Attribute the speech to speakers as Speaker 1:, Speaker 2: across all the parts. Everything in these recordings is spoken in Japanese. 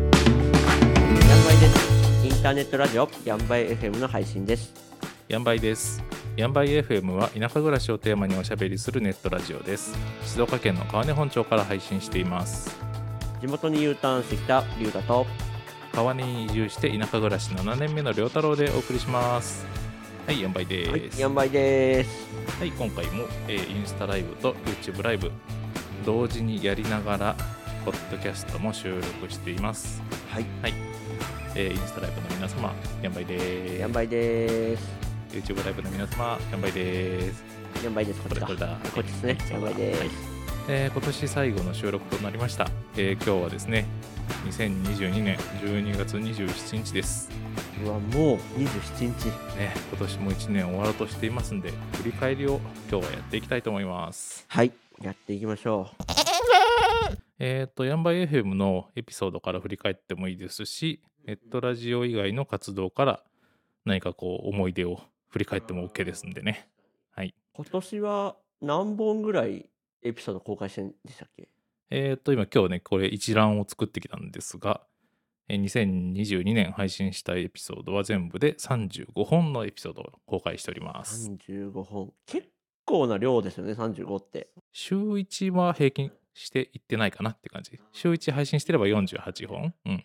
Speaker 1: ヤンバイです。インターネットラジオヤンバイ FM の配信です。
Speaker 2: ヤンバイです。ヤンバイ FM は田舎暮らしをテーマにおしゃべりするネットラジオです。静岡県の川根本町から配信しています。
Speaker 1: 地元に U ターンしてきた龍太と
Speaker 2: 川根に移住して田舎暮らし7年目の良太郎でお送りします。はい、ヤンバイ
Speaker 1: はい
Speaker 2: で、す。
Speaker 1: ヤ
Speaker 2: はい、
Speaker 1: ンバイです。
Speaker 2: 今回も、えーインスタライブと YouTube ライブ同時にやりながらポッドキャストも収録しています。
Speaker 1: はい、
Speaker 2: はい、えーインスタライブの皆様、ヤンバイです。
Speaker 1: ヤンバイです。
Speaker 2: YouTube ライブの皆様、ヤンバイです。
Speaker 1: ヤンバイです。こっちだ。
Speaker 2: これこれだ
Speaker 1: こっちですね。ヤンバイです。
Speaker 2: えー今年最後の収録となりました、えー今日はですね2022年12月27日です
Speaker 1: うわ、もう27日。
Speaker 2: ね今年も1年終わろうとしていますんで振り返りを今日はやっていきたいと思います
Speaker 1: はい、やっていきましょう。
Speaker 2: えっ、とヤンバイ FM のエピソードから振り返ってもいいですしネットラジオ以外の活動から何かこう思い出を振り返っても OK ですんでねはい
Speaker 1: 今年は何本ぐらいエピソード公開してんでしたっけ
Speaker 2: えっ、と、今今日ね、これ一覧を作ってきたんですが、えー2022年配信したエピソードは全部で35本のエピソードを公開しております。
Speaker 1: ?35 本。結構な量ですよね、35って。
Speaker 2: 週1は平均していってないかなって感じ。週1配信してれば48本。うんうん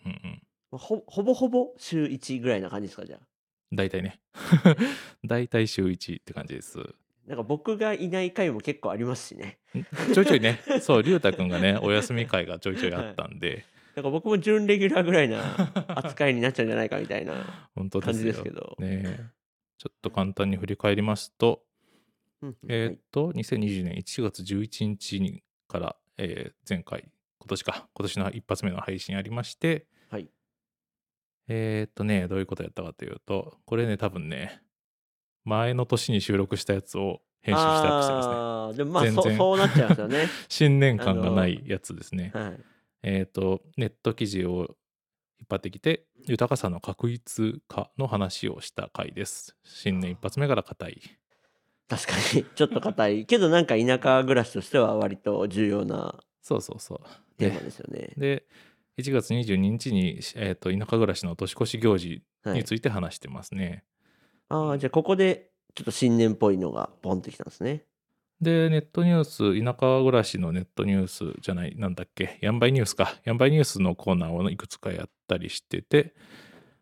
Speaker 2: うん。
Speaker 1: ほほぼほぼ週1ぐらいな感じですか、じゃあ。
Speaker 2: 大体ね。 大体週1って感じです。
Speaker 1: なんか僕がいない回も結構ありますしね。
Speaker 2: ちょいちょ いね、そう、りゅうたくんがね、お休み会がちょいちょいあったんで、
Speaker 1: なんか僕も準レギュラーぐらいな扱いになっちゃうんじゃないかみたい な
Speaker 2: 本当で
Speaker 1: 感
Speaker 2: す
Speaker 1: じ
Speaker 2: よ。
Speaker 1: ですけど。
Speaker 2: ねえちょっと簡単に振り返りますと、
Speaker 1: うんうん
Speaker 2: え
Speaker 1: は
Speaker 2: ーっ
Speaker 1: い
Speaker 2: と、2020年1月11日にから、えー前回、今年か、今年の一発目の配信ありまして、
Speaker 1: はい
Speaker 2: えーっとね、どういうことやったかというと、これね、多分ね、前の年に収録したやつを編集してアップしてますね。
Speaker 1: あーでもまあ
Speaker 2: 全
Speaker 1: そ
Speaker 2: 然
Speaker 1: そうなっちゃうんですよね。
Speaker 2: 新年感がないやつですね。
Speaker 1: はい、
Speaker 2: えーっと、ネット記事を引っ張ってきて、豊かさの確一化の話をした回です。新年一発目から硬い。
Speaker 1: 確かにちょっと硬いけどなんか田舎暮らしとしては割と重要な
Speaker 2: そうそうそう。
Speaker 1: テーマですよね。
Speaker 2: で1月22日に、えー、と田舎暮らしの年越し行事
Speaker 1: は
Speaker 2: に
Speaker 1: い、
Speaker 2: ついて話してますね。
Speaker 1: ああじゃあここでちょっと新年っぽいのがポンってきたんですね。
Speaker 2: でネットニュース田舎暮らしのネットニュースじゃないなんだっけヤンバイニュースかヤンバイニュースのコーナーをいくつかやったりしてて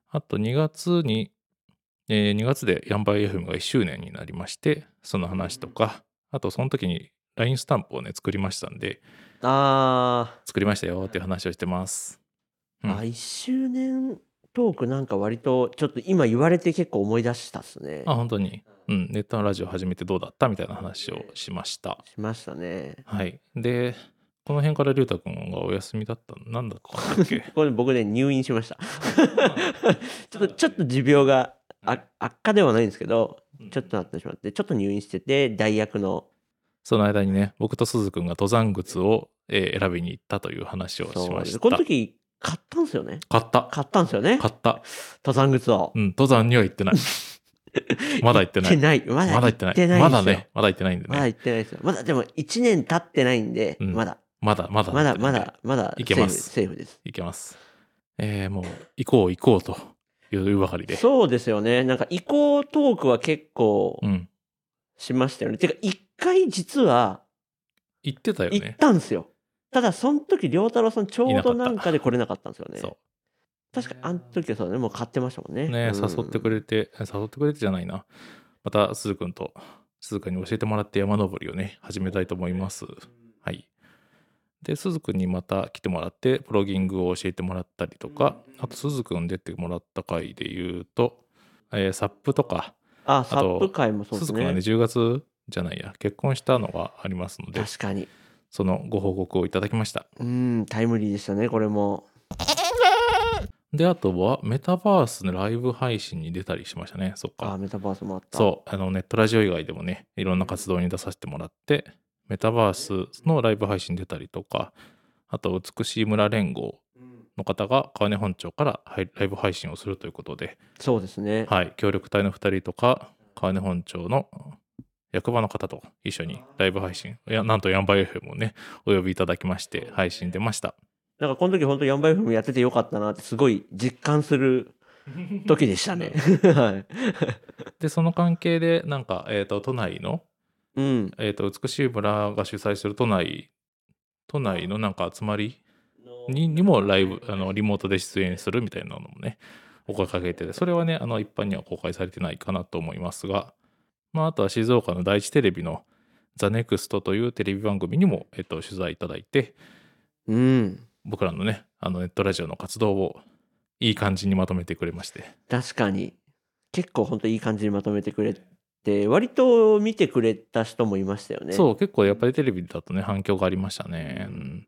Speaker 2: あと2月に、えー2月でヤンバイ FM が1周年になりましてその話とかあとその時に LINE スタンプをね作りましたんで
Speaker 1: あ
Speaker 2: 作りましたよっていう話をしてます。
Speaker 1: ー、
Speaker 2: うん
Speaker 1: あ1周年トークなんか割とちょっと今言われて結構思い出したっすね。
Speaker 2: あ本当に、うん、ネットのラジオ始めてどうだったみたいな話をしました。
Speaker 1: しましたね。
Speaker 2: はい。で、この辺から龍太くんがお休みだったの、なんだったっ け
Speaker 1: これ僕ね入院しました ちょっとちょっと持病があ悪化ではないんですけどちょっとなってしまってちょっと入院してて代役の
Speaker 2: その間にね、僕と鈴くんが登山靴を、えー選びに行ったという話をしま
Speaker 1: そう
Speaker 2: した。
Speaker 1: この時買ったんですよね
Speaker 2: 買った。
Speaker 1: 買ったんですよね
Speaker 2: 買った。
Speaker 1: 登山靴を
Speaker 2: うん、登山には 行ってない。まだ行ってない。
Speaker 1: まだ
Speaker 2: まだ行
Speaker 1: 行
Speaker 2: ってない。
Speaker 1: ってない
Speaker 2: ま
Speaker 1: んで
Speaker 2: だ
Speaker 1: すよ
Speaker 2: ね、まだ行ってないんで
Speaker 1: まだ
Speaker 2: ね。
Speaker 1: 行ってないですよまだでも1年経ってないんで、
Speaker 2: うん
Speaker 1: まだ
Speaker 2: まだ、まだ。
Speaker 1: まだまだ。まだ
Speaker 2: いけます
Speaker 1: セーフセーフです
Speaker 2: 行けます。えーもう、行こう行こうというばかりで。
Speaker 1: そうですよねなんか移行トークは結構
Speaker 2: うん。
Speaker 1: しましたよね、てか一回実は
Speaker 2: 行ってたよ
Speaker 1: 行っ
Speaker 2: ね。
Speaker 1: たんですよ。ただ、その時、良太郎さん、ちょうどなんかで来れなかったんですよね。
Speaker 2: そう。
Speaker 1: 確か、あの時はそうだね、もう買ってましたもんね。
Speaker 2: ね、
Speaker 1: うん
Speaker 2: 誘ってくれて、誘ってくれてじゃないな。また、鈴くんと、鈴くんに教えてもらって山登りをね、始めたいと思います。はい。で、鈴くんにまた来てもらって、プロギングを教えてもらったりとか、あと、鈴くん出てもらった回で言うと、えーサップとか、
Speaker 1: あ、
Speaker 2: と
Speaker 1: サップ会もそうで
Speaker 2: 鈴
Speaker 1: す
Speaker 2: くんがね、
Speaker 1: ね。
Speaker 2: 10月じゃないや、結婚したのがありますので、
Speaker 1: 確かに。
Speaker 2: そのご報告をいただきました。
Speaker 1: うん、タイムリーでしたね、これも。
Speaker 2: で、あとは、メタバースのライブ配信に出たりしましたね。そっか
Speaker 1: あ、。メタバースもあった。
Speaker 2: そう、あのネットラジオ以外でもね、いろんな活動に出させてもらって、メタバースのライブ配信出たりとか、あと、美しい村連合の方が川根本町からはいライブ配信をするということで、
Speaker 1: そうですね。
Speaker 2: はい、協力隊の2人とか、川根本町の、役場の方と一緒にライブ配信、いやなんとヤンバイ FM をね、お呼びいただきまして、配信出ました。
Speaker 1: なんかこの時本当ヤンバイフムやっててよかったなってすごい実感する時でしたね。 は
Speaker 2: で、その関係で、なんか、えっ、と、都内の、
Speaker 1: い。うん。
Speaker 2: えっ、と、美しい村が主催する都内、都内のなんか集まりににもライブ、あの、リモートで出演するみたいなのもね、お声かけてて、それはね、あの、一般には公開されてないかなと思いますが、まあ、あとは静岡の第一テレビの、ザネクストというテレビ番組にも、えっ、と、取材いただいて、
Speaker 1: うん。
Speaker 2: 僕らのね、あの、ネットラジオの活動を、いい感じにまとめてくれまして。
Speaker 1: 確かに。結構本当いい感じにまとめてくれて、割と見てくれた人もいましたよね。
Speaker 2: そう、結構やっぱりテレビだとね、反響がありましたね。うん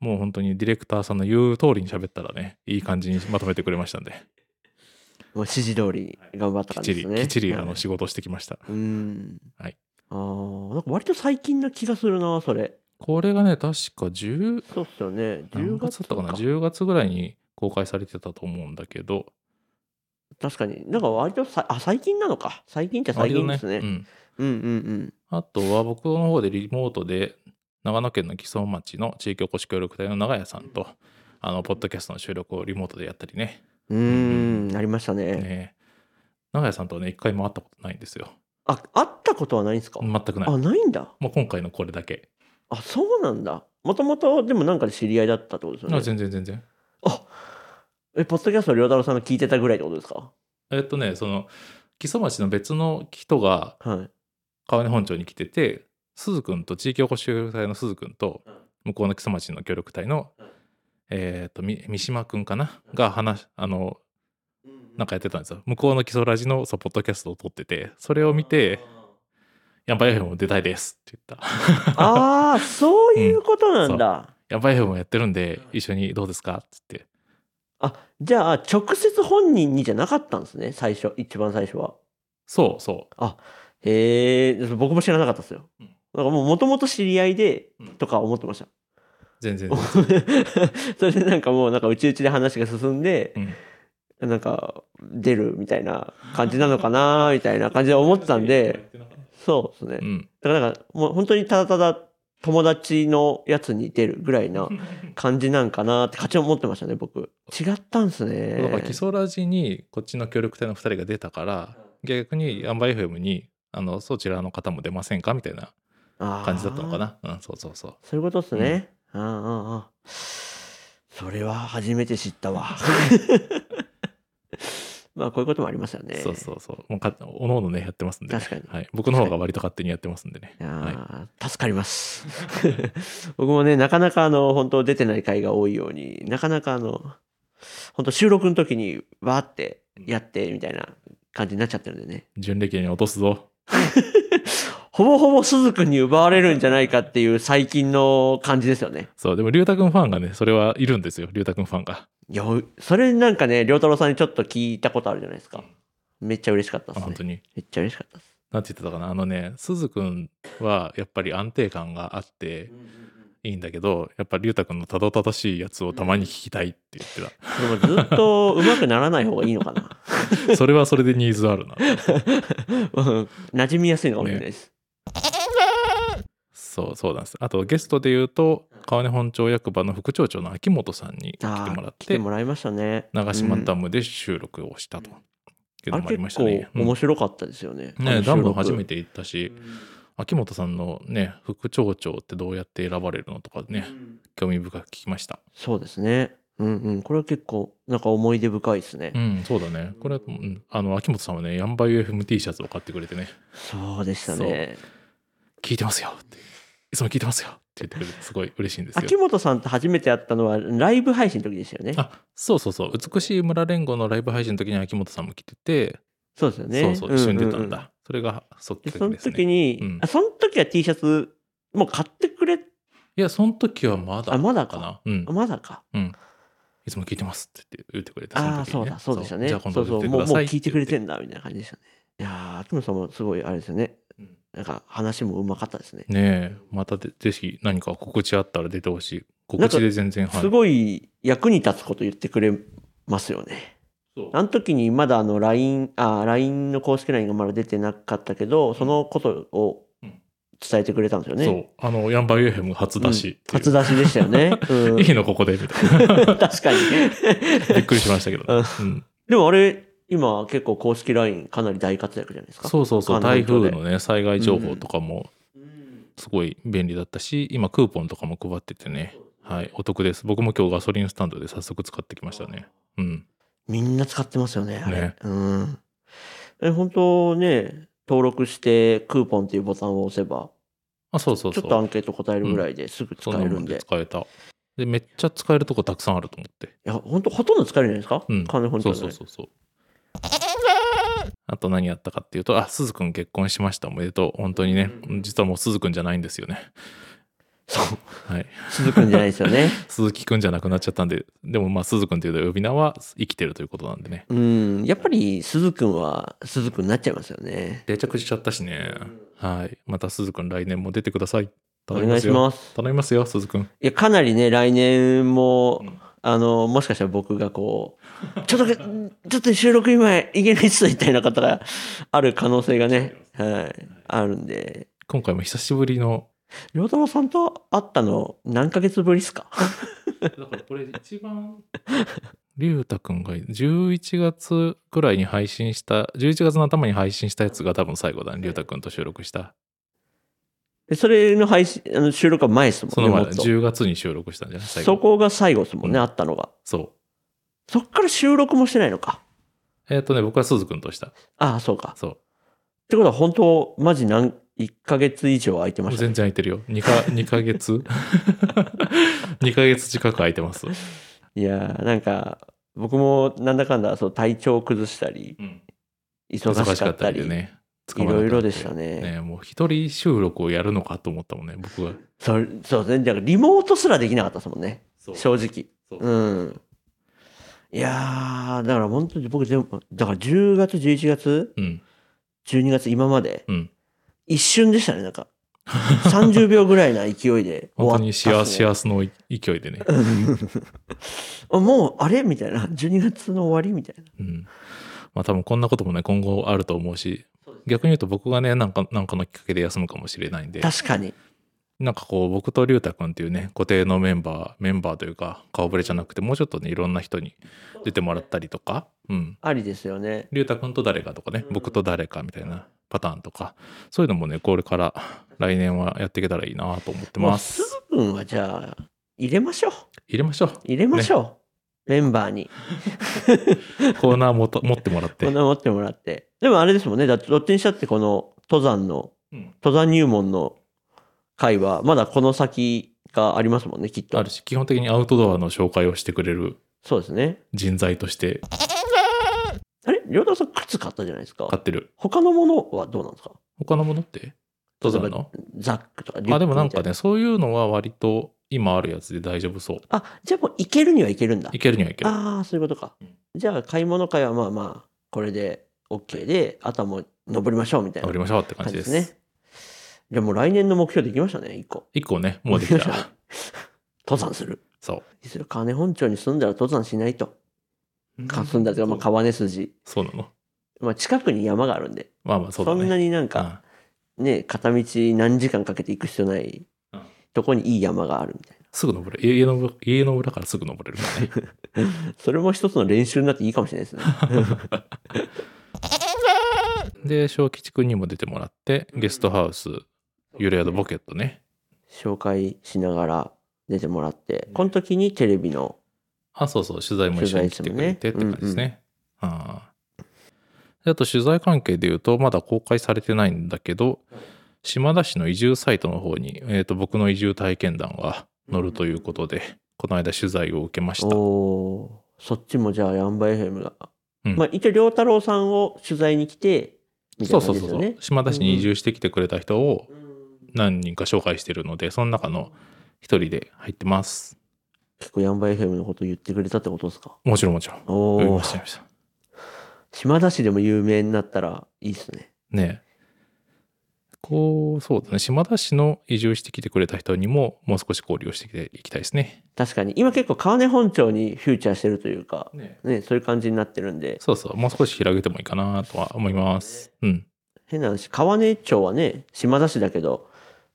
Speaker 2: もう本当にディレクターさんの言う通りに喋ったらね、いい感じにまとめてくれましたんで、
Speaker 1: もう指示通りに頑張った
Speaker 2: きっ
Speaker 1: 感
Speaker 2: ち
Speaker 1: じです
Speaker 2: り、
Speaker 1: ね。
Speaker 2: きっちりあ
Speaker 1: は
Speaker 2: の
Speaker 1: い
Speaker 2: 仕事をしてきました。
Speaker 1: うん。
Speaker 2: はい。
Speaker 1: ああ、なんか割と最近な気がするな、それ。
Speaker 2: これがね、確か10、
Speaker 1: そうっすよね。
Speaker 2: 何
Speaker 1: 10
Speaker 2: 月
Speaker 1: 月
Speaker 2: だったかな、
Speaker 1: か
Speaker 2: ?10 月ぐらいに公開されてたと思うんだけど、
Speaker 1: 確かに。なんか割とさ、あ、最近なのか。最近っちゃ最近ですね。
Speaker 2: 割とうん。
Speaker 1: うんうん
Speaker 2: あとは僕の方でリモートで、長野県の木曽町の地域おこし協力隊の長屋さんと、あの、ポッドキャストの収録をリモートでやったりね、
Speaker 1: うん。うーん、ありましたね。
Speaker 2: ね長屋さんとはね、一回も会ったことないんですよ。
Speaker 1: あ、会ったことはないんですか
Speaker 2: 全くない
Speaker 1: あ、。ないんだ。
Speaker 2: もう今回のこれだけ。
Speaker 1: あ、そうなんだ。もともと、でもなんかで知り合いだったってことですよ
Speaker 2: あ
Speaker 1: ね。
Speaker 2: 全然全然。
Speaker 1: あ、え、ポッドキャストの良太郎さんが聞いてたぐらいってことですか
Speaker 2: えっとね、その、木曽町の別の人が
Speaker 1: はい。
Speaker 2: 川根本町に来てて、鈴くんと地域おこし協力隊の鈴くんと、向こうの木曽町の協力隊の
Speaker 1: うん、
Speaker 2: えっと、み三島くんかなが話、あの、な
Speaker 1: か、
Speaker 2: んかやってたんですよ。向こうの木曽ラジのそうポッドキャストを撮ってて、それを見て、、ヤンバイフェム出たいですって言った。
Speaker 1: ああ、そういうことなんだ。
Speaker 2: ヤンバイフェムやってるんで、一緒にどうですかって言って。
Speaker 1: あ、じゃあ、直接本人にじゃなかったんですね、最初、一番最初は。
Speaker 2: そうそう。
Speaker 1: へえ、僕も知らなかったですよ
Speaker 2: うん。
Speaker 1: なんかもう、もともと知り合いで
Speaker 2: うん、
Speaker 1: とか思ってました。
Speaker 2: 全然全然。
Speaker 1: それでなんかもう、なんか、うちうちで話が進んで、
Speaker 2: うん
Speaker 1: なんか、出るみたいな感じなのかな、みたいな感じで思ってたんで、。そうです
Speaker 2: う
Speaker 1: ね。
Speaker 2: ん。
Speaker 1: だからなんか、もう本当にただただ友達のやつに出るぐらい な感じなんかなって勝ち思ってましたね、僕。違ったんすね。
Speaker 2: だから基礎ラジにこっちの協力隊の2人が出たから逆にヤンバ FM にあのそちらの方も出ませんかみたいな感
Speaker 1: 感
Speaker 2: じだったのか。なうんそうそうそう
Speaker 1: そういうことっすね。ああ、ああ。それは初めて知った わ。まあ、こういうこともありますよね。
Speaker 2: そうそうそうもうかおのおのねやってますんで
Speaker 1: 確かに
Speaker 2: はい、僕の方が割と勝手にやってますんでね
Speaker 1: いやー助かります。 僕もね、なかなかあの、本当出てない回が多いように、なかなかあの、本当収録の時にわーってやってみたいな感じになっちゃってるんでね。
Speaker 2: 純烈に落とすぞ
Speaker 1: ほぼほぼ鈴くんに奪われるんじゃないかっていう最近の感じですよね。
Speaker 2: そうでも龍太君ファンがねそれはいるんですよ龍太君ファンが
Speaker 1: いや、それなんかね、良太郎さんにちょっと聞いたことあるじゃないですか。めっちゃ嬉しかった
Speaker 2: あ
Speaker 1: ですね
Speaker 2: 本当。に
Speaker 1: めっちゃ嬉しかったです。
Speaker 2: なんて言ってたかなあのね鈴くんはやっぱり安定感があっていいんだけどやっぱ龍太君のたどたどしいやつをたまに聞きたいって言ってた
Speaker 1: でもずっと上手くならない方がいいのかな。
Speaker 2: それはそれでニーズあるな。
Speaker 1: うん馴染みやすいのかもしれないです。
Speaker 2: そう、そうなんです。あと、ゲストで言うと、川根本町役場の副町長の秋元さんに来
Speaker 1: あ
Speaker 2: て
Speaker 1: ー
Speaker 2: もらっ
Speaker 1: 来
Speaker 2: て、
Speaker 1: もらいましたね。
Speaker 2: 長
Speaker 1: う
Speaker 2: 島
Speaker 1: ん
Speaker 2: ダムで収録をしたと。っていう
Speaker 1: あ
Speaker 2: の
Speaker 1: れ
Speaker 2: もありまし
Speaker 1: 結
Speaker 2: たね。
Speaker 1: 構面白かったですよね。
Speaker 2: うんねダム初め
Speaker 1: て。
Speaker 2: て行ったし、秋元さんのね、副町長ってどうやって選ばれるのとかね、興味深く聞きました。
Speaker 1: そうですね。うんうん。これは結構、なんか思い出深いですね
Speaker 2: う。ん、そうだね。これ、うんあの、秋元さんはね、ヤンバイ UFMT シャツを買ってくれてね、
Speaker 1: そうでしたね。
Speaker 2: 聞いてますよって、いつも聞いてますよって言ってくれて、すごい嬉しいんですよ
Speaker 1: 秋。元さんと初めて会ったのは、ライブ配信の時でしたよね。
Speaker 2: あそうそうそう美しい村連合のライブ配信の時に秋元さんも来てて、
Speaker 1: そうですよね。
Speaker 2: そうそう一緒に出たんだ、
Speaker 1: ううう
Speaker 2: それが即
Speaker 1: で
Speaker 2: 決
Speaker 1: その
Speaker 2: です
Speaker 1: 時
Speaker 2: ね
Speaker 1: に、
Speaker 2: うん
Speaker 1: あその時は T シャツ、もう買ってくれ、
Speaker 2: いやその時はまだ
Speaker 1: あまだ
Speaker 2: か
Speaker 1: か
Speaker 2: なうん
Speaker 1: あまだか。
Speaker 2: いつも聞いてますって言って言ってくれて
Speaker 1: ああ、
Speaker 2: そ
Speaker 1: そ
Speaker 2: の時に
Speaker 1: うだ、そうでしたね。
Speaker 2: じゃ
Speaker 1: そ
Speaker 2: あ今
Speaker 1: う
Speaker 2: 度
Speaker 1: そ
Speaker 2: 出
Speaker 1: う、
Speaker 2: て
Speaker 1: も
Speaker 2: く
Speaker 1: う
Speaker 2: だ
Speaker 1: もう
Speaker 2: さい
Speaker 1: 聞いてくれて
Speaker 2: ん
Speaker 1: んだ、みたいな感じでしたね。いやー、秋元さんもすごい、あれですよね。なんか話もうまかったですね。
Speaker 2: ねえまたでぜひ何か告知あったら出てほしい
Speaker 1: な
Speaker 2: 告
Speaker 1: んか
Speaker 2: 知で全然
Speaker 1: す
Speaker 2: はい
Speaker 1: ごい役に立つこと言ってくれますよね。
Speaker 2: そう
Speaker 1: あの時にまだあの LINE、あ、LINE の公式 LINE がまだ出てなかったけど、そのことを伝えてくれたんですよね。
Speaker 2: そう。あの、ヤンバイエフム初出し
Speaker 1: うん。初出しでしたよね。うん
Speaker 2: い いのここで、みたいな。
Speaker 1: 確かに。
Speaker 2: びっくりしましたけど、ねうん
Speaker 1: でもあれ、今結構公式 LINE かなり大活躍じゃないですか。
Speaker 2: そうそうそう、
Speaker 1: 関南
Speaker 2: 台
Speaker 1: 地方で
Speaker 2: 風のね、災害情報とかもすごい便利だったし、今クーポンとかも配っててね、はい、お得です。僕も今日ガソリンスタンドで早速使ってきましたね。うん。
Speaker 1: みんな使ってますよね、あれ。
Speaker 2: ね
Speaker 1: うん。え、本当ね、登録してクーポンっていうボタンを押せば、
Speaker 2: あ、そうそうそう。
Speaker 1: ちょっとアンケート答えるぐらいですぐ使
Speaker 2: そんな
Speaker 1: える
Speaker 2: もん
Speaker 1: んで。
Speaker 2: で使えた。で、めっちゃ使えるとこたくさんあると思って。
Speaker 1: いや、本当ほとんど使えるんじゃないですか、
Speaker 2: うん。
Speaker 1: 金本当
Speaker 2: そう
Speaker 1: に。
Speaker 2: そうそうそう。あと何やったかっていうと、あ、すずくん結婚しました。おめでとう。本当にね、実はもうすずくんじゃないんですよね。
Speaker 1: そう
Speaker 2: はい。
Speaker 1: 続くんじゃないですよね。
Speaker 2: 鈴木くんじゃなくなっちゃったんで、でもまあ、鈴くんという呼び名は生きてるということなんでね。
Speaker 1: うん。やっぱり、鈴くんは鈴くんになっちゃいますよね。
Speaker 2: 定着しちゃったしね。はい。また鈴くん来年も出てください。
Speaker 1: お
Speaker 2: 頼み
Speaker 1: 願
Speaker 2: ま
Speaker 1: い
Speaker 2: す
Speaker 1: し
Speaker 2: よ。
Speaker 1: ます。
Speaker 2: 頼みますよ、鈴くん。
Speaker 1: いや、かなりね、来年も、
Speaker 2: ん
Speaker 1: あの、もしかしたら僕がこう、ちょっとだけ、ちょっと収録今いけないっすみたいな方がある可能性がね、はい、あるんで。
Speaker 2: 今回も久しぶりの。
Speaker 1: 良太郎さんと会ったの何ヶ月ぶりっすか
Speaker 2: だからこれ一番。りゅうたくんが11月ぐらいに配信した、11月の頭に配信したやつが多分最後だね。りゅうたくんと収録した。
Speaker 1: それの配信、あの収録は前っすもんね。
Speaker 2: その前、
Speaker 1: もっと
Speaker 2: 10月に収録したんじゃない最
Speaker 1: そ
Speaker 2: 後。
Speaker 1: こが最後っすもんね、
Speaker 2: うん
Speaker 1: 会ったのが。
Speaker 2: そう。
Speaker 1: そっから収録もしてないのか。
Speaker 2: えっ、とね、僕は鈴くんとした。
Speaker 1: ああ、そうか。っ
Speaker 2: そう。
Speaker 1: てことは本当、マジ何、1ヶ月以上空いてましたね、
Speaker 2: 全然空いてるよ。2か、 二ヶ月 ?2 ヶ月近く空いてます。
Speaker 1: いやー、なんか、僕もなんだかんだそう体調崩したり、忙しかったり、
Speaker 2: よね。
Speaker 1: いろいろでした
Speaker 2: ね。
Speaker 1: ね。
Speaker 2: ねもう一人収録をやるのかと思ったもんね、僕は。
Speaker 1: そうそうですね。だからリモートすらできなかったですもんね。
Speaker 2: そう
Speaker 1: 正直。うん。いやー、だから本当に僕全部、だから10月、11月、
Speaker 2: うん。
Speaker 1: 12月、今まで、
Speaker 2: うん。
Speaker 1: 一瞬でしたね、なん か。30秒ぐらいな勢いで終わった
Speaker 2: 本当
Speaker 1: っ
Speaker 2: に
Speaker 1: すね、
Speaker 2: 幸せ、幸せの勢いでね。
Speaker 1: あもう、あれみたいな。12月の終わりみたいな。
Speaker 2: うん。まあ多分こんなこともね、今後あると思うし、逆に言うと僕がね、なんか、なんかのきっかけで休むかもしれないんで、
Speaker 1: 確かに。
Speaker 2: なんかこう、僕と龍太くんっていうね、固定のメンバー、メンバーというか、顔ぶれじゃなくて、もうちょっとね、いろんな人に出てもらったりとか、うん。
Speaker 1: ありですよね。
Speaker 2: 龍太くんと誰かとかね、僕と誰かみたいなパターンとか、そういうのもね、これから来年はやっていけたらいいなと思って
Speaker 1: もう
Speaker 2: ます。
Speaker 1: すずくんはじゃあ、入れましょう。
Speaker 2: 入れましょ
Speaker 1: 入れましょう。メンバーに。
Speaker 2: う。コーナーもと持ってもらっ て
Speaker 1: こん。なの持ってもらって。でもあれですもんね。だってどっちにしたってこの登山の、
Speaker 2: うん
Speaker 1: 登山入門の会は、まだこの先がありますもんね、きっと。
Speaker 2: あるし、基本的にアウトドアの紹介をしてくれる
Speaker 1: そうですね。
Speaker 2: 人材として
Speaker 1: あれりょうたろうさん靴買ったじゃないです
Speaker 2: 買
Speaker 1: か
Speaker 2: っ。てる。
Speaker 1: 他のものはどうなんですか
Speaker 2: 他のものって登山の
Speaker 1: ザックとかリュックみたい
Speaker 2: あ、でもなんか。ね、そういうのは割と今あるやつで大丈夫そう。
Speaker 1: あ、じゃあもう行けるには行けるんだ
Speaker 2: い。けるにはいける。
Speaker 1: ああ、そういうことか
Speaker 2: うん。
Speaker 1: じゃあ買い物会はまあまあ、これで OK で、あとはもう登りましょうみたいな
Speaker 2: 登りましょうって感
Speaker 1: 感じ
Speaker 2: じで。
Speaker 1: ですすね。じゃあもう来年の目標できましたね、一個。
Speaker 2: 一個ね、もうできた。
Speaker 1: 登山する。
Speaker 2: そう。
Speaker 1: それ金本町に住んだら登山しないと。か住んだというか、まあ、川根筋。
Speaker 2: そうなの。
Speaker 1: まあ、近くに山があるんで、
Speaker 2: まあまあ、そ
Speaker 1: そ,、
Speaker 2: うだね。
Speaker 1: んなになん
Speaker 2: うん
Speaker 1: か、ね、片道何時間かけて行く必要ない
Speaker 2: うん、
Speaker 1: とこにいい山があるみたい
Speaker 2: すぐ登れる。家のぶ家の裏からすぐ登れるからね。
Speaker 1: な。それも一つの練習になっていいかもしれないで すね。
Speaker 2: で、小吉くんにも出てもらって、ゲストハウス、ゆるやどボケットね。
Speaker 1: 紹介しながら出てもらって、この時にテレビの、
Speaker 2: あ、そうそう、取材も一緒に来てくれてって
Speaker 1: 取材しても
Speaker 2: 感
Speaker 1: ね
Speaker 2: じですね。あであと、取材関係で言うと、まだ公開されてないんだけど、島田市の移住サイトの方に、えー、と僕の移住体験談が載るということで、この間取材を受けまし
Speaker 1: お
Speaker 2: た。
Speaker 1: おーそっちもじゃあヤンバ FM が。
Speaker 2: うん
Speaker 1: まあ、一応、良太郎さんを取材に来て、みたいう
Speaker 2: そ
Speaker 1: な
Speaker 2: そ
Speaker 1: 感
Speaker 2: う
Speaker 1: じ
Speaker 2: そ
Speaker 1: で
Speaker 2: う
Speaker 1: す
Speaker 2: そ
Speaker 1: よ
Speaker 2: う、
Speaker 1: ね。
Speaker 2: 島田市に移住してきてくれた人を
Speaker 1: うん
Speaker 2: 何人か紹介してるので、その中の一人で入ってます。
Speaker 1: 結構ヤンバ FM のこと言ってくれたってことですか
Speaker 2: もちろんもちろん。
Speaker 1: お
Speaker 2: 読み
Speaker 1: お
Speaker 2: ました読みました。
Speaker 1: 島田市でも有名になったらいいですね。
Speaker 2: ねこうそうだね島田市の移住してきてくれた人にももう少し交流をしていきたいですね
Speaker 1: 確かに。今結構川根本町にフューチャーしてるというか、
Speaker 2: ね
Speaker 1: ね、そういう感じになってるんで、
Speaker 2: そうそうもう少し広げてもいいかなとは思いますうん
Speaker 1: 変な話、川根町はね、島田市だけど、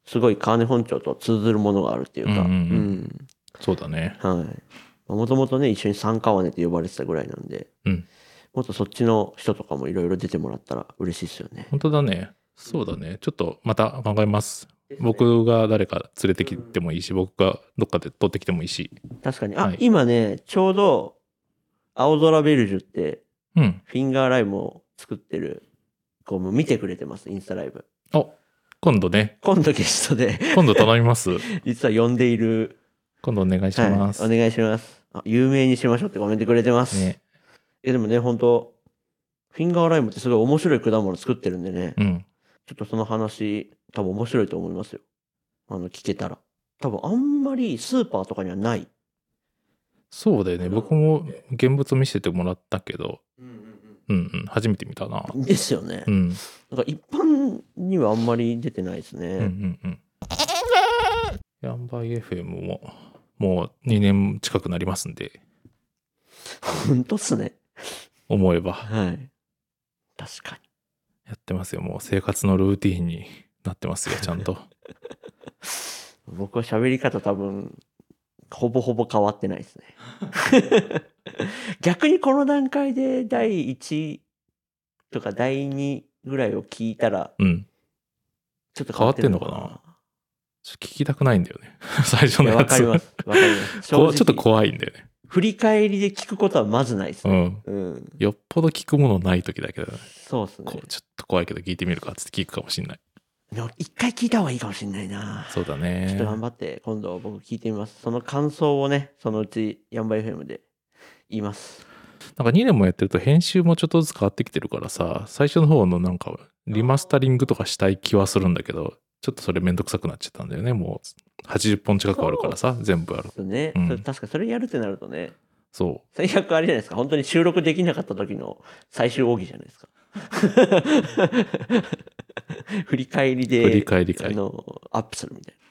Speaker 1: すごい川根本町と通ずるものがあるっていうか、
Speaker 2: うんうん
Speaker 1: うん
Speaker 2: そうだね。
Speaker 1: はい。もともとね、一緒に三川根って呼ばれてたぐらいなんで、
Speaker 2: うん
Speaker 1: もっとそっちの人とかもいろいろ出てもらったら嬉しいですよね。
Speaker 2: 本当だね。そうだね。ちょっとまた考えます。
Speaker 1: ね
Speaker 2: 僕が誰か連れてきてもいいし、僕がどっかで取ってきてもいいし。
Speaker 1: 確かに。あ、
Speaker 2: はい
Speaker 1: 今ね、ちょうど、青空ベルジュって、
Speaker 2: うん。
Speaker 1: フィンガーライムを作ってる子も見てくれてます、インスタライブ。
Speaker 2: あ、今度ね。
Speaker 1: 今度ゲストで、
Speaker 2: 今度頼みます。
Speaker 1: 実は呼んでいる。
Speaker 2: 今度お願いし
Speaker 1: はい、お
Speaker 2: ます。
Speaker 1: 願いします。あ有名にしましょうってコメントくれてます。
Speaker 2: ね。
Speaker 1: えでもね、本当フィンガーライムってすごい面白い果物作ってるんでね。
Speaker 2: うん。
Speaker 1: ちょっとその話、多分面白いと思いますよ。あの、聞けたら。多分あんまりスーパーとかにはない。
Speaker 2: そうだよね。僕も現物見せてもらったけど、うんうん。初めて見たな。
Speaker 1: ですよね
Speaker 2: う。ん。
Speaker 1: なんか一般にはあんまり出てないです
Speaker 2: うんう
Speaker 1: ね。
Speaker 2: んうん。ヤンバイ FM も、もう2年近くなりますんで、
Speaker 1: ほんとっすね。
Speaker 2: 思えば
Speaker 1: はい。確か
Speaker 2: やってますよ。もう生活のルーティンになっ てますよ、ちゃんと。
Speaker 1: に。僕は喋り方多分、ほぼほぼ変わってないです ね。逆にこの段階で第1とか第2ぐらいを聞いたら、
Speaker 2: うん。
Speaker 1: ちょっと変わってるのか
Speaker 2: 変わってんの
Speaker 1: な。
Speaker 2: ちょっと聞きたくないんだよね。 最初
Speaker 1: い
Speaker 2: の
Speaker 1: や
Speaker 2: や
Speaker 1: わか
Speaker 2: つ。
Speaker 1: ります。わかります。
Speaker 2: こうちょ
Speaker 1: 正
Speaker 2: っと
Speaker 1: 直
Speaker 2: 怖いんだよね。
Speaker 1: 振り返りで聞くことはまずないです
Speaker 2: う
Speaker 1: ね。
Speaker 2: ん。
Speaker 1: うん。
Speaker 2: よっぽど聞くものない時だけどね。
Speaker 1: そうですね
Speaker 2: こう。ちょっと怖いけど聞いてみるかっつって聞くかもしんない。
Speaker 1: でも一回聞いた方がいいかもしれないな。
Speaker 2: そうだ
Speaker 1: ちょ
Speaker 2: ね
Speaker 1: っと。頑張って、今度僕聞いてみます。その感想をね、そのうち、ヤンバ FM で言います。
Speaker 2: なんか2年もやってると編集もちょっとずつ変わってきてるからさ、最初の方のなんかリマスタリングとかしたい気はするんだけど、ちょっとそれめんどくさくなっちゃったんだよね。もう80本近くあるからさ、全部ある。
Speaker 1: そうね、
Speaker 2: うん
Speaker 1: それ確かそれやるってなるとね、
Speaker 2: そ
Speaker 1: 最悪あれじゃないですか。本当に収録できなかった時の最終奥義じゃないですか。 振り返り
Speaker 2: う。
Speaker 1: で、
Speaker 2: 振り返り
Speaker 1: あ
Speaker 2: 会。
Speaker 1: の、アップするみたいな。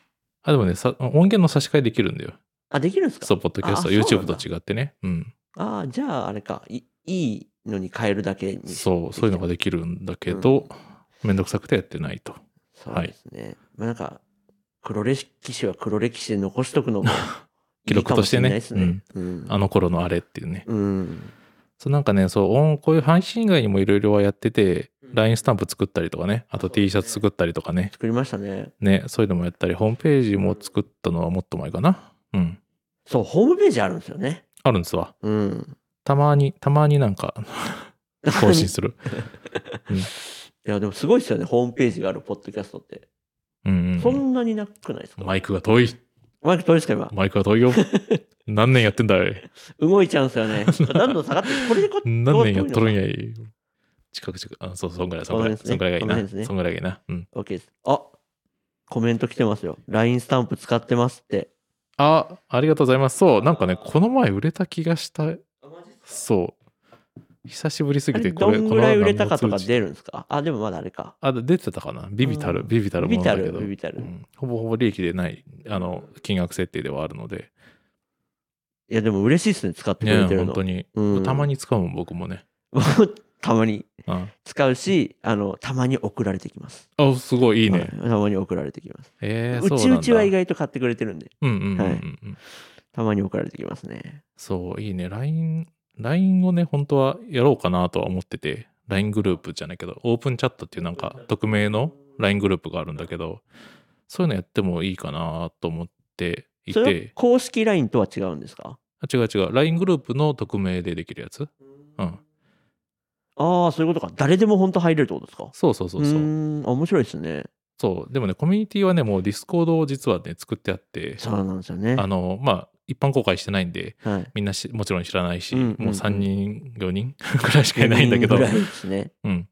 Speaker 2: あ、でもねさ、音源の差し替えできるんだよ。
Speaker 1: あ、できるんですか
Speaker 2: そう、ポッドキャスト、
Speaker 1: あそう
Speaker 2: YouTube
Speaker 1: なんだ
Speaker 2: と違ってね。うん。
Speaker 1: ああ、じゃああれか。いいいのに変えるだけにし
Speaker 2: そう、そういうのができるんだけど、めんどくさくてやってないと。
Speaker 1: そう
Speaker 2: はい
Speaker 1: ですね。まあなんか、黒歴史は黒歴史で残しとくのも
Speaker 2: 記録としてね
Speaker 1: いいかもれないですね。うん。
Speaker 2: あの頃のあれっていうね。
Speaker 1: うん。
Speaker 2: そう、なんかね、そう音、こういう配信以外にもいろいろはやってて、
Speaker 1: うん
Speaker 2: LINE スタンプ作ったりとかね、あ
Speaker 1: そう
Speaker 2: と
Speaker 1: ですね
Speaker 2: T シャツ作ったりとかね、
Speaker 1: 作りましたね。
Speaker 2: ね、そういうのもやったり、ホームページも作ったのはもっと前かな。うん。
Speaker 1: そう、ホームページあるんですよね。
Speaker 2: あるんですわ。
Speaker 1: うん。
Speaker 2: たまに、たまになん か、更新する。
Speaker 1: いや、でもすごいですよね。ホームページがあるポッドキャストって。
Speaker 2: うん、う
Speaker 1: そ
Speaker 2: ん。
Speaker 1: んなになくないですか、
Speaker 2: マイクが遠い。
Speaker 1: マイク取りですか今。
Speaker 2: マイクが 遠いよ。何年やってんだい。
Speaker 1: 動いちゃうんですよね。どんどん下がって、これでこ
Speaker 2: 何年やっとるんやい。近く近く、あ、そう、そんぐらい、そんぐらい、
Speaker 1: こ
Speaker 2: そん
Speaker 1: の
Speaker 2: ぐらい
Speaker 1: 辺ですねこ
Speaker 2: がいい
Speaker 1: の辺ですね
Speaker 2: な。そんぐらいがいいな。うん。
Speaker 1: OK です。あコメント来てますよ。LINE スタンプ使ってますって。
Speaker 2: あ、ありがとうございます。そう、なんかね、この前売れた気がした。そう。久しぶりす
Speaker 1: あ
Speaker 2: ぎ
Speaker 1: れ
Speaker 2: て、
Speaker 1: どんぐらい売れたかとか
Speaker 2: これこの前何も通知
Speaker 1: 出るんですかあ、でもまだあれか。
Speaker 2: あ、出てたかな。ビビたる、
Speaker 1: うん
Speaker 2: ビビたる
Speaker 1: ビ
Speaker 2: も
Speaker 1: ビ
Speaker 2: の
Speaker 1: た
Speaker 2: だけ
Speaker 1: る、
Speaker 2: ど、
Speaker 1: ビビた
Speaker 2: う
Speaker 1: る。
Speaker 2: んほぼほぼ利益でない、あの、金額設定ではあるので。
Speaker 1: いや、でも嬉しいですね、使ってく
Speaker 2: ね、
Speaker 1: れてる
Speaker 2: 本
Speaker 1: の。
Speaker 2: 当に。
Speaker 1: うん
Speaker 2: たま。に使うもん、僕もね。
Speaker 1: たまに
Speaker 2: うん
Speaker 1: 使うし、あの、たまに送られてきます。
Speaker 2: あ、すごいいい
Speaker 1: はい
Speaker 2: ね。
Speaker 1: たまに送られてきます。
Speaker 2: えー、
Speaker 1: う
Speaker 2: そう
Speaker 1: ち
Speaker 2: なん
Speaker 1: う
Speaker 2: だ
Speaker 1: ちは意外と買ってくれてるんで、
Speaker 2: うんうんうんうん
Speaker 1: は
Speaker 2: うん。
Speaker 1: たまに送られてきますね。
Speaker 2: そう、いいね。LINE、LINE をね、本当はやろうかなとは思ってて、LINE グループじゃないけど、オープンチャットっていうなんか、匿名の LINE グループがあるんだけど、そういうのやってもいいかなと思ってい
Speaker 1: それは
Speaker 2: て、
Speaker 1: 公式 LINE とは違うんですか
Speaker 2: あ違う違う、LINE グループの匿名でできるやつうん。
Speaker 1: ああ、そういうことか。誰でも本当入れるってことですか
Speaker 2: そうそうそうそう
Speaker 1: ー
Speaker 2: う。
Speaker 1: ん、面白いですね。
Speaker 2: そう、でもね、コミュニティはね、もうディスコードを実はね、作ってあって、
Speaker 1: そうなんですよね。
Speaker 2: あの、まあ、一般公開してないんで、
Speaker 1: はい。
Speaker 2: みんなしもちろん知らないし、
Speaker 1: うんうんうん
Speaker 2: もう3人、4人 ぐらいしかいないんだけど
Speaker 1: 4人ぐ、らいですね。
Speaker 2: うん。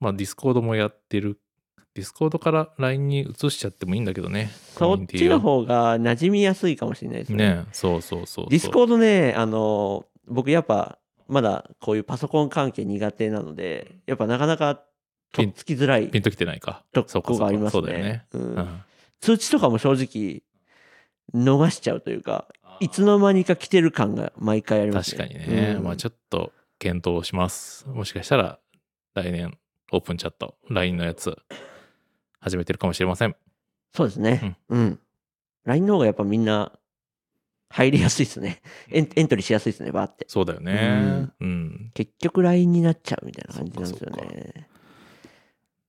Speaker 2: まあ、ディスコードもやってる。ディスコードから LINE に移しちゃってもいいんだけどね。
Speaker 1: そっちの
Speaker 2: を
Speaker 1: 方が馴染みやすいかもしれないですね。
Speaker 2: ねえそうそうそうそう。
Speaker 1: ディスコードね、あの、僕やっぱ、まだこういうパソコン関係苦手なので、やっぱなかなかとっつきづらい
Speaker 2: ピンときてないか。
Speaker 1: と
Speaker 2: そうか
Speaker 1: こ
Speaker 2: そう
Speaker 1: が
Speaker 2: か
Speaker 1: あります
Speaker 2: そうだよ
Speaker 1: ね
Speaker 2: ね。。
Speaker 1: う
Speaker 2: うんん。
Speaker 1: 通知とかも正直、逃しちゃうというか、いつの間にか来てる感が毎回あります
Speaker 2: 確
Speaker 1: ね。
Speaker 2: かにね。
Speaker 1: うん
Speaker 2: まあ、ちょっと検討します。もしかしたら、来年、オープンチャット、LINE のやつ、始めてるかもしれません。
Speaker 1: そうですね。うん。LINE の方がやっぱみんな入りやすいですね。エンエントリーしやすいですね、バーって。
Speaker 2: そうだよね。うん。
Speaker 1: 結局 LINE になっちゃうみたいな感じなんですよ
Speaker 2: そっかそ
Speaker 1: ね。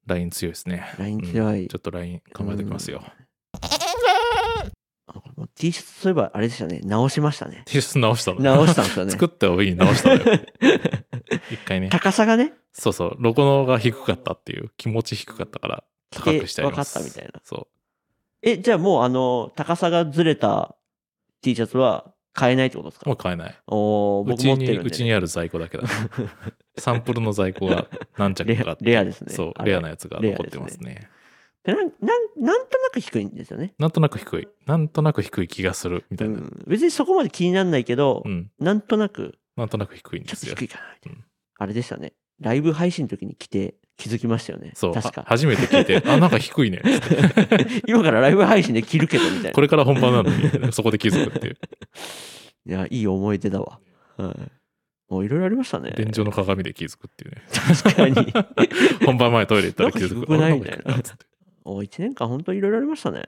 Speaker 2: LINE 強いですね。
Speaker 1: LINE 強い
Speaker 2: うんちょっと LINE 考えておきますよ。
Speaker 1: あもう T シャツそういえばあれでしたね。直しましたね。
Speaker 2: T シャツ直したの。
Speaker 1: 直したんですよね。
Speaker 2: 作った帯に直した のよ。一回ね。
Speaker 1: 高さがね、
Speaker 2: そうそう。ロゴのが低かったっていう気持ち低かったから高くしてあります。
Speaker 1: 着て分かったみたいな
Speaker 2: そ
Speaker 1: え、じゃあもうあの、高さがずれた T シャツは買えないってことです
Speaker 2: う。も
Speaker 1: か
Speaker 2: う買えない。
Speaker 1: おお
Speaker 2: う
Speaker 1: 僕
Speaker 2: ち
Speaker 1: 持って
Speaker 2: に、
Speaker 1: るん
Speaker 2: う
Speaker 1: で、
Speaker 2: ち
Speaker 1: ね。
Speaker 2: にある在庫だ けだ。サンプルの在庫が何着か
Speaker 1: レ
Speaker 2: かっ
Speaker 1: ア
Speaker 2: て。
Speaker 1: レアですね。
Speaker 2: そう、
Speaker 1: あれ
Speaker 2: レアなやつが残ってますね。
Speaker 1: でなんなん。なんとなく低いんですよね。
Speaker 2: なんとなく低い。なんとなく低い気がするみた
Speaker 1: う
Speaker 2: いな。
Speaker 1: ん、別にそこまで気にならないけど、
Speaker 2: うん。
Speaker 1: なんとなく
Speaker 2: なんとなく低いんで
Speaker 1: ちょっ
Speaker 2: す
Speaker 1: と
Speaker 2: よ
Speaker 1: 低。いかなみたいな、
Speaker 2: うん
Speaker 1: あれでしたね。ライブ配信の時に来て気づきましたよね。
Speaker 2: そう。
Speaker 1: 確
Speaker 2: は
Speaker 1: か。
Speaker 2: 初めて聞いて、あ、なんか低いね。
Speaker 1: 今からライブ配信で着るけどみたいな。
Speaker 2: これから本番なのに、そこで気づ くっていう。
Speaker 1: いや、いい思い出だわ。はい。もういろいろありましたね。
Speaker 2: 天井の鏡で気づくっていうね。
Speaker 1: 確かに。
Speaker 2: 本番前トイレ行ったら気
Speaker 1: なん
Speaker 2: づ
Speaker 1: か低
Speaker 2: く。
Speaker 1: くない
Speaker 2: あんか低くなっつって
Speaker 1: お1年間本当にいろいろありましたね。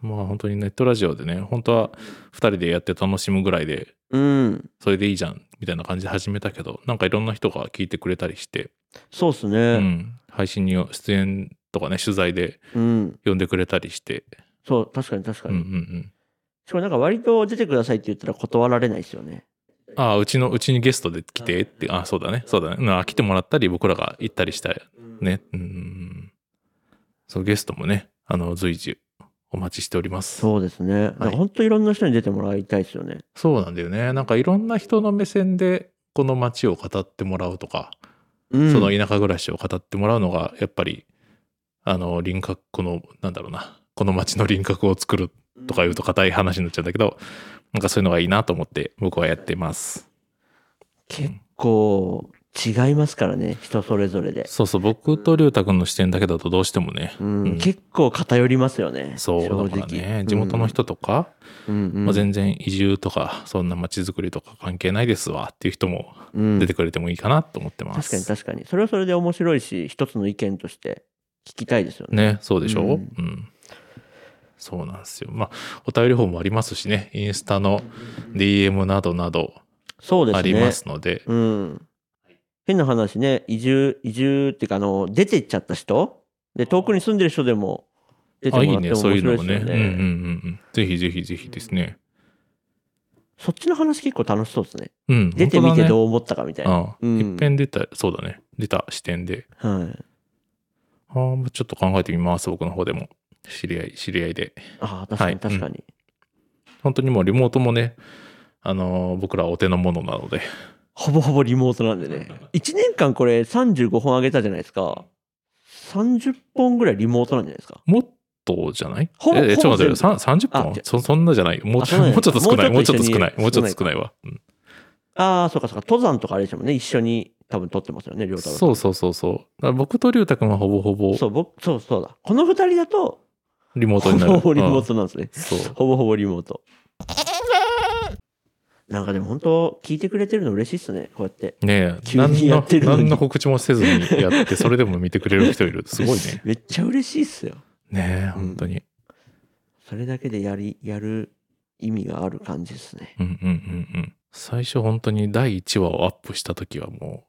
Speaker 2: まあ本当にネットラジオでね、本当は2人でやって楽しむぐらいで、
Speaker 1: うん。
Speaker 2: それでいいじゃんみたいな感じで始めたけど、なんかいろんな人が聞いてくれたりして、
Speaker 1: そうっす
Speaker 2: う
Speaker 1: ね。
Speaker 2: ん、配信に出演とかね、取材で
Speaker 1: うん。
Speaker 2: 呼んでくれたりして、
Speaker 1: そう、確かに確か
Speaker 2: うん
Speaker 1: に。
Speaker 2: うんうん。
Speaker 1: しかもなんか割と出てくださいって言ったら断られないですよね。
Speaker 2: ああ、うちの、うちにゲストで来てって、ああ、そうだね、そうだね。うんあ来てもらったり、僕らが行ったりしたりね。うんうんうん。そう、ゲストもね、あの、随時お待ちしております。
Speaker 1: そうですね。なんか本当いろんな人に出てもらいたいですよね。
Speaker 2: そうなんだよね。なんかいろんな人の目線でこの街を語ってもらうとか、
Speaker 1: うん。
Speaker 2: その田舎暮らしを語ってもらうのが、やっぱり、あの、輪郭、この、なんだろうな、この街の輪郭を作るとか言うと硬い話になっちゃうんだけど、なんかそういうのがいいなと思って僕はやってます。
Speaker 1: 結構違いますからね、人それぞれで。
Speaker 2: そうそう、僕と龍太君の視点だけだとどうしてもね、
Speaker 1: うん。
Speaker 2: うん
Speaker 1: 結構偏りますよね。
Speaker 2: そう、
Speaker 1: 正
Speaker 2: だから
Speaker 1: 直。
Speaker 2: ね、地元の人とか、
Speaker 1: うん、うんうん
Speaker 2: まあ、全然移住とか、そんな街づくりとか関係ないですわっていう人も
Speaker 1: うん
Speaker 2: 出てくれてもいいかなと思ってま
Speaker 1: 確
Speaker 2: す。
Speaker 1: かに確かに。それはそれで面白いし、一つの意見として聞きたいですよね。
Speaker 2: ね、そうでしょ、う、
Speaker 1: うんん
Speaker 2: そうなんですよ。まあ、お便り方もありますしね、インスタの DM などなど
Speaker 1: そうですね。
Speaker 2: ありますので、
Speaker 1: うん。変な話ね、移住、移住っていうか、あの、出てっちゃった人で、遠くに住んでる人でも出て
Speaker 2: あ、
Speaker 1: もらっ
Speaker 2: い
Speaker 1: て
Speaker 2: い
Speaker 1: も
Speaker 2: ね、
Speaker 1: 面
Speaker 2: そう
Speaker 1: 白
Speaker 2: い
Speaker 1: いう
Speaker 2: の
Speaker 1: で
Speaker 2: も
Speaker 1: すよ
Speaker 2: ね。うんうん
Speaker 1: ね。
Speaker 2: うんうん。ぜひぜひぜひですね。
Speaker 1: そっちの話結構楽しそうですね。
Speaker 2: うん、
Speaker 1: 出てみて
Speaker 2: う
Speaker 1: どう思ったかみたいな。
Speaker 2: ああ、
Speaker 1: うん
Speaker 2: いっぺん出た、そうだね、出た視点で、
Speaker 1: はい。
Speaker 2: ああちょっと考えてみます、僕の方でも。知り合い、知り合いで。
Speaker 1: ああ、確か
Speaker 2: はい
Speaker 1: に確かに。
Speaker 2: 本当にもうリモートもね、あのー僕らお手の物なので、
Speaker 1: ほぼほぼリモートなんで ね。1年間これ35本あげたじゃないですか。30本ぐらいリモートなんじゃないですか。
Speaker 2: もっとじゃない
Speaker 1: ほぼ
Speaker 2: ええちょっと待って、
Speaker 1: ほ
Speaker 2: さん30
Speaker 1: あ
Speaker 2: 本
Speaker 1: じゃ
Speaker 2: そそんなじゃないもう
Speaker 1: あ
Speaker 2: ち
Speaker 1: そ
Speaker 2: ょ
Speaker 1: んなじゃない
Speaker 2: もうちょっと少ない。も
Speaker 1: も
Speaker 2: う
Speaker 1: う
Speaker 2: ち
Speaker 1: ち
Speaker 2: ょ
Speaker 1: ょ
Speaker 2: っ
Speaker 1: っ
Speaker 2: と
Speaker 1: と
Speaker 2: 少ない。
Speaker 1: 一緒に
Speaker 2: もうちょっと少ないわ。うん
Speaker 1: ああ、そうかそうか。登山とかあれでしたもんね。一緒に多分撮ってますよね、両太郎
Speaker 2: そうそうそうそう。だから僕と龍太君はほぼほぼ
Speaker 1: そう、僕、そうそうだ。この二人だと、
Speaker 2: リモート
Speaker 1: ほ
Speaker 2: に
Speaker 1: ぼ
Speaker 2: なる。
Speaker 1: ほぼリモー
Speaker 2: う
Speaker 1: トなんですね。
Speaker 2: んそう。
Speaker 1: ほぼほぼリモート。なんかでも本当聞いてくれてるの嬉しいっすね。こうやって。
Speaker 2: ねえ、
Speaker 1: 急
Speaker 2: 何
Speaker 1: にや
Speaker 2: の
Speaker 1: ってるのに
Speaker 2: 何の告知もせずにやって、それでも見てくれる人いる。すごいね。
Speaker 1: めっちゃ嬉しいっすよ。
Speaker 2: ねえ、本当に。
Speaker 1: それだけでやり、やる意味がある感じですね。
Speaker 2: うんうんうんうん。最初本当に第1話をアップした時はも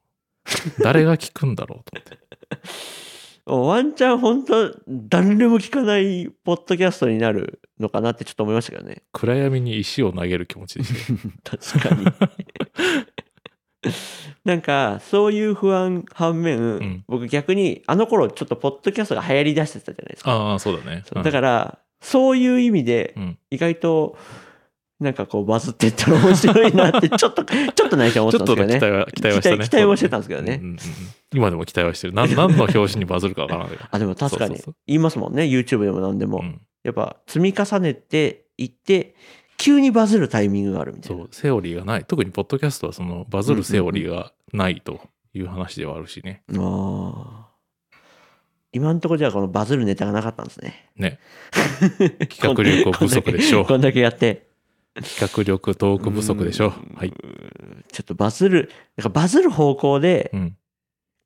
Speaker 2: う、誰が聞くんだろうと思って。
Speaker 1: ワンチャン本当誰でも聞かないポッドキャストになるのかなってちょっと思いましたけどね。
Speaker 2: 暗闇に石を投げる気持ちでしたよ。
Speaker 1: 確かに。 なんかそういう不安反面、
Speaker 2: ん
Speaker 1: 僕逆にあの頃ちょっとポッドキャストが流行りだしてたじゃないですか。
Speaker 2: ああ、そうだね。
Speaker 1: そうだから、そういう意味で、
Speaker 2: ら、うん。
Speaker 1: 意外と、なんかこうバズっていったら面白いな って、ちょっと、ちょっと内緒は思っ
Speaker 2: ち
Speaker 1: て
Speaker 2: ょ
Speaker 1: た
Speaker 2: っ
Speaker 1: んですけどね。
Speaker 2: とね期待は、期待はしたね。
Speaker 1: 期待期待はしてたんですけどね
Speaker 2: うんうんうん今でも期待はしてる。なん 何の表紙にバズるかわからない。
Speaker 1: あ、でも確かに
Speaker 2: そうそうそう
Speaker 1: 言いますもんね、YouTube でも何でも。
Speaker 2: うん
Speaker 1: やっぱ積み重ねていって、急にバズるタイミングがあるみた
Speaker 2: そ
Speaker 1: いな。
Speaker 2: う、セオリーがない。特にポッドキャストはそのバズるセオリーがないという話ではあるしね。
Speaker 1: あー今んとこじゃあこのバズるネタがなかったんですね。
Speaker 2: ね。企画力不足でしょう。
Speaker 1: こんだけやって。
Speaker 2: 企画力、トーク不足でしょう。はい。
Speaker 1: ちょっとバズる、なんかバズる方向で
Speaker 2: うん。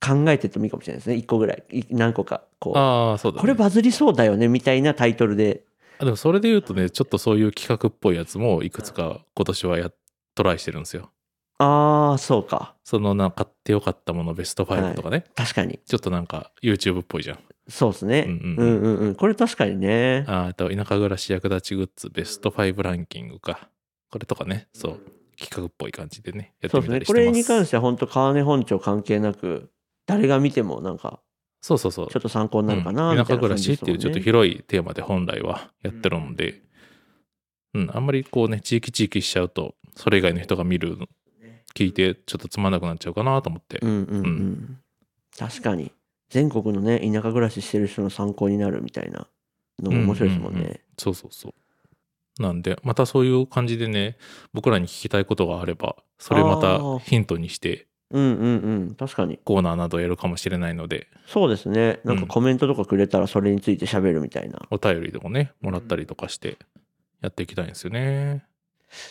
Speaker 1: 考えててもいいかもしれないですね。一個ぐらい。い何個か。こう。
Speaker 2: ああ、そうだ、ね。
Speaker 1: これバズりそうだよね、みたいなタイトルで。
Speaker 2: あでもそれで言うとね、ちょっとそういう企画っぽいやつもいくつか今年はやトライしてるんですよ。
Speaker 1: ああ、そうか。
Speaker 2: そのな買ってよかったものベスト5とかね、
Speaker 1: 確かに。
Speaker 2: ちょっとなんか YouTube っぽいじゃん。
Speaker 1: そうですね。
Speaker 2: うんう
Speaker 1: うん
Speaker 2: うん
Speaker 1: んうんうん。これ確かにね。
Speaker 2: あーあと田舎暮らし役立ちグッズベスト5ランキングか。これとかね、そう、企画っぽい感じでね、やって
Speaker 1: そう
Speaker 2: み
Speaker 1: です
Speaker 2: た
Speaker 1: ね。
Speaker 2: りして
Speaker 1: こ
Speaker 2: ます。
Speaker 1: れに関しては本当川根本庁関係なく、誰が見てもなんか、
Speaker 2: そうそうそう
Speaker 1: ちょ。っと参考になるかな、
Speaker 2: うん
Speaker 1: み
Speaker 2: 田
Speaker 1: たい
Speaker 2: 舎
Speaker 1: な
Speaker 2: 暮
Speaker 1: 感
Speaker 2: ら
Speaker 1: じ
Speaker 2: し
Speaker 1: で
Speaker 2: っ
Speaker 1: す
Speaker 2: てい
Speaker 1: もんね
Speaker 2: うちょっと広いテーマで本来はやってるので、うん、あんまりこうね、地域地域しちゃうと、それ以外の人が見るの、聞いてちょっとつまんなくなっちゃうかなと思って。
Speaker 1: うんうんうん。
Speaker 2: う
Speaker 1: 確かに。全国のね、田舎暮らししてる人の参考になるみたいなのも面白いですもんね。
Speaker 2: うううそうそうそう。なんで、またそういう感じでね、僕らに聞きたいことがあれば、それま
Speaker 1: あー
Speaker 2: たヒントにして
Speaker 1: うんうんうん。確かに。
Speaker 2: コーナーなどやるかもしれないので、
Speaker 1: そうですね。なん
Speaker 2: う
Speaker 1: か
Speaker 2: ん
Speaker 1: コメントとかくれたらそれについて喋るみたいな。
Speaker 2: お便りでもね、もらったりとかしてやっていきたいんですよね。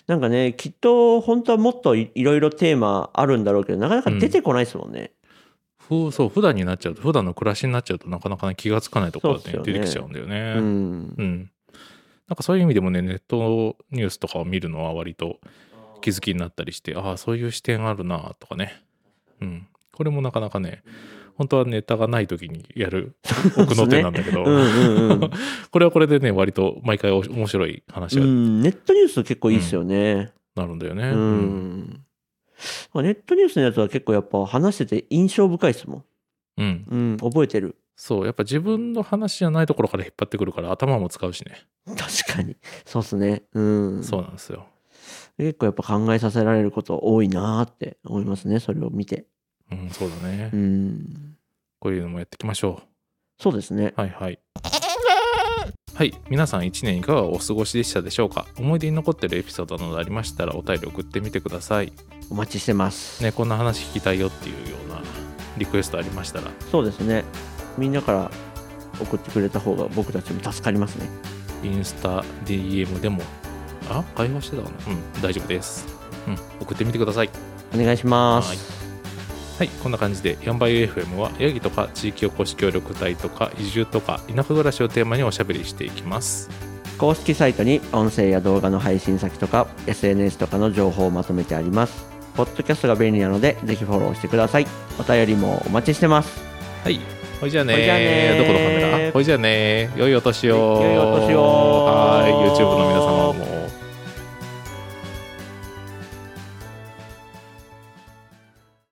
Speaker 1: なんかね、きっと本当はもっといいろいろテーマあるんだろうけど、なかなか出てこないですもんね。
Speaker 2: ふそう、普段になっちゃうと、普段の暮らしになっちゃうとなかなかね、気がつかないところが、ね
Speaker 1: そうっすよね
Speaker 2: 出てきちゃうんだよね。
Speaker 1: うん。
Speaker 2: うん。なんかそういう意味でもね、ネットニュースとかを見るのは割と気づきになったりして、ああ、そういう視点あるなとかね。うん。これもなかなかね、本当はネタがない時に やる奥の手なんだけど、
Speaker 1: うんうん うん。
Speaker 2: これはこれでね、割と毎回お面白い話
Speaker 1: う
Speaker 2: に
Speaker 1: ん、ネットニュース結構いいですよね。
Speaker 2: なるんだよね。
Speaker 1: うん。ネットニュースのやつは結構やっぱ話してて印象深いですもん。
Speaker 2: うん。
Speaker 1: うん、覚えてる。
Speaker 2: そう、やっぱ自分の話じゃないところから引っ張ってくるから頭も使うしね。
Speaker 1: 確かに。そうっすね。うん。
Speaker 2: そうなんですよ。
Speaker 1: 結構やっぱ考えさせられること多いなーって思いますね、それを見て。
Speaker 2: うん、そうだね。
Speaker 1: うん。
Speaker 2: こういうのもやっていきましょ
Speaker 1: そうですね。
Speaker 2: う。はいはい。はい皆さん1年いかがお過ごしでしたでしょうか思い出に残ってるエピソードなどありましたらお便り送ってみてください
Speaker 1: お待ちしてます。
Speaker 2: ねこんな話聞きたいよっていうようなリクエストありましたら
Speaker 1: そうですね。みんなから送ってくれた方が僕たちも助かりますね。
Speaker 2: インスタ DM でもあ会話してたかなうん大丈夫ですうん送ってみてください
Speaker 1: お願いします。
Speaker 2: はいはい、こんな感じで、ヤンバイ FM は、ヤギとか地域おこし協力隊とか、移住とか、田舎暮らしをテーマにおしゃべりしていきます。
Speaker 1: 公式サイトに音声や動画の配信先とか SNS とかの情報をまとめてありますポッドキャストが便利なのでぜひフォローしてくださいお便りもお待ちしてます
Speaker 2: はい、ほいじゃあね
Speaker 1: ほいじゃあね
Speaker 2: どこのカメラほいじゃあね良いお年を。
Speaker 1: 良いお年を
Speaker 2: はい、YouTube の皆様も。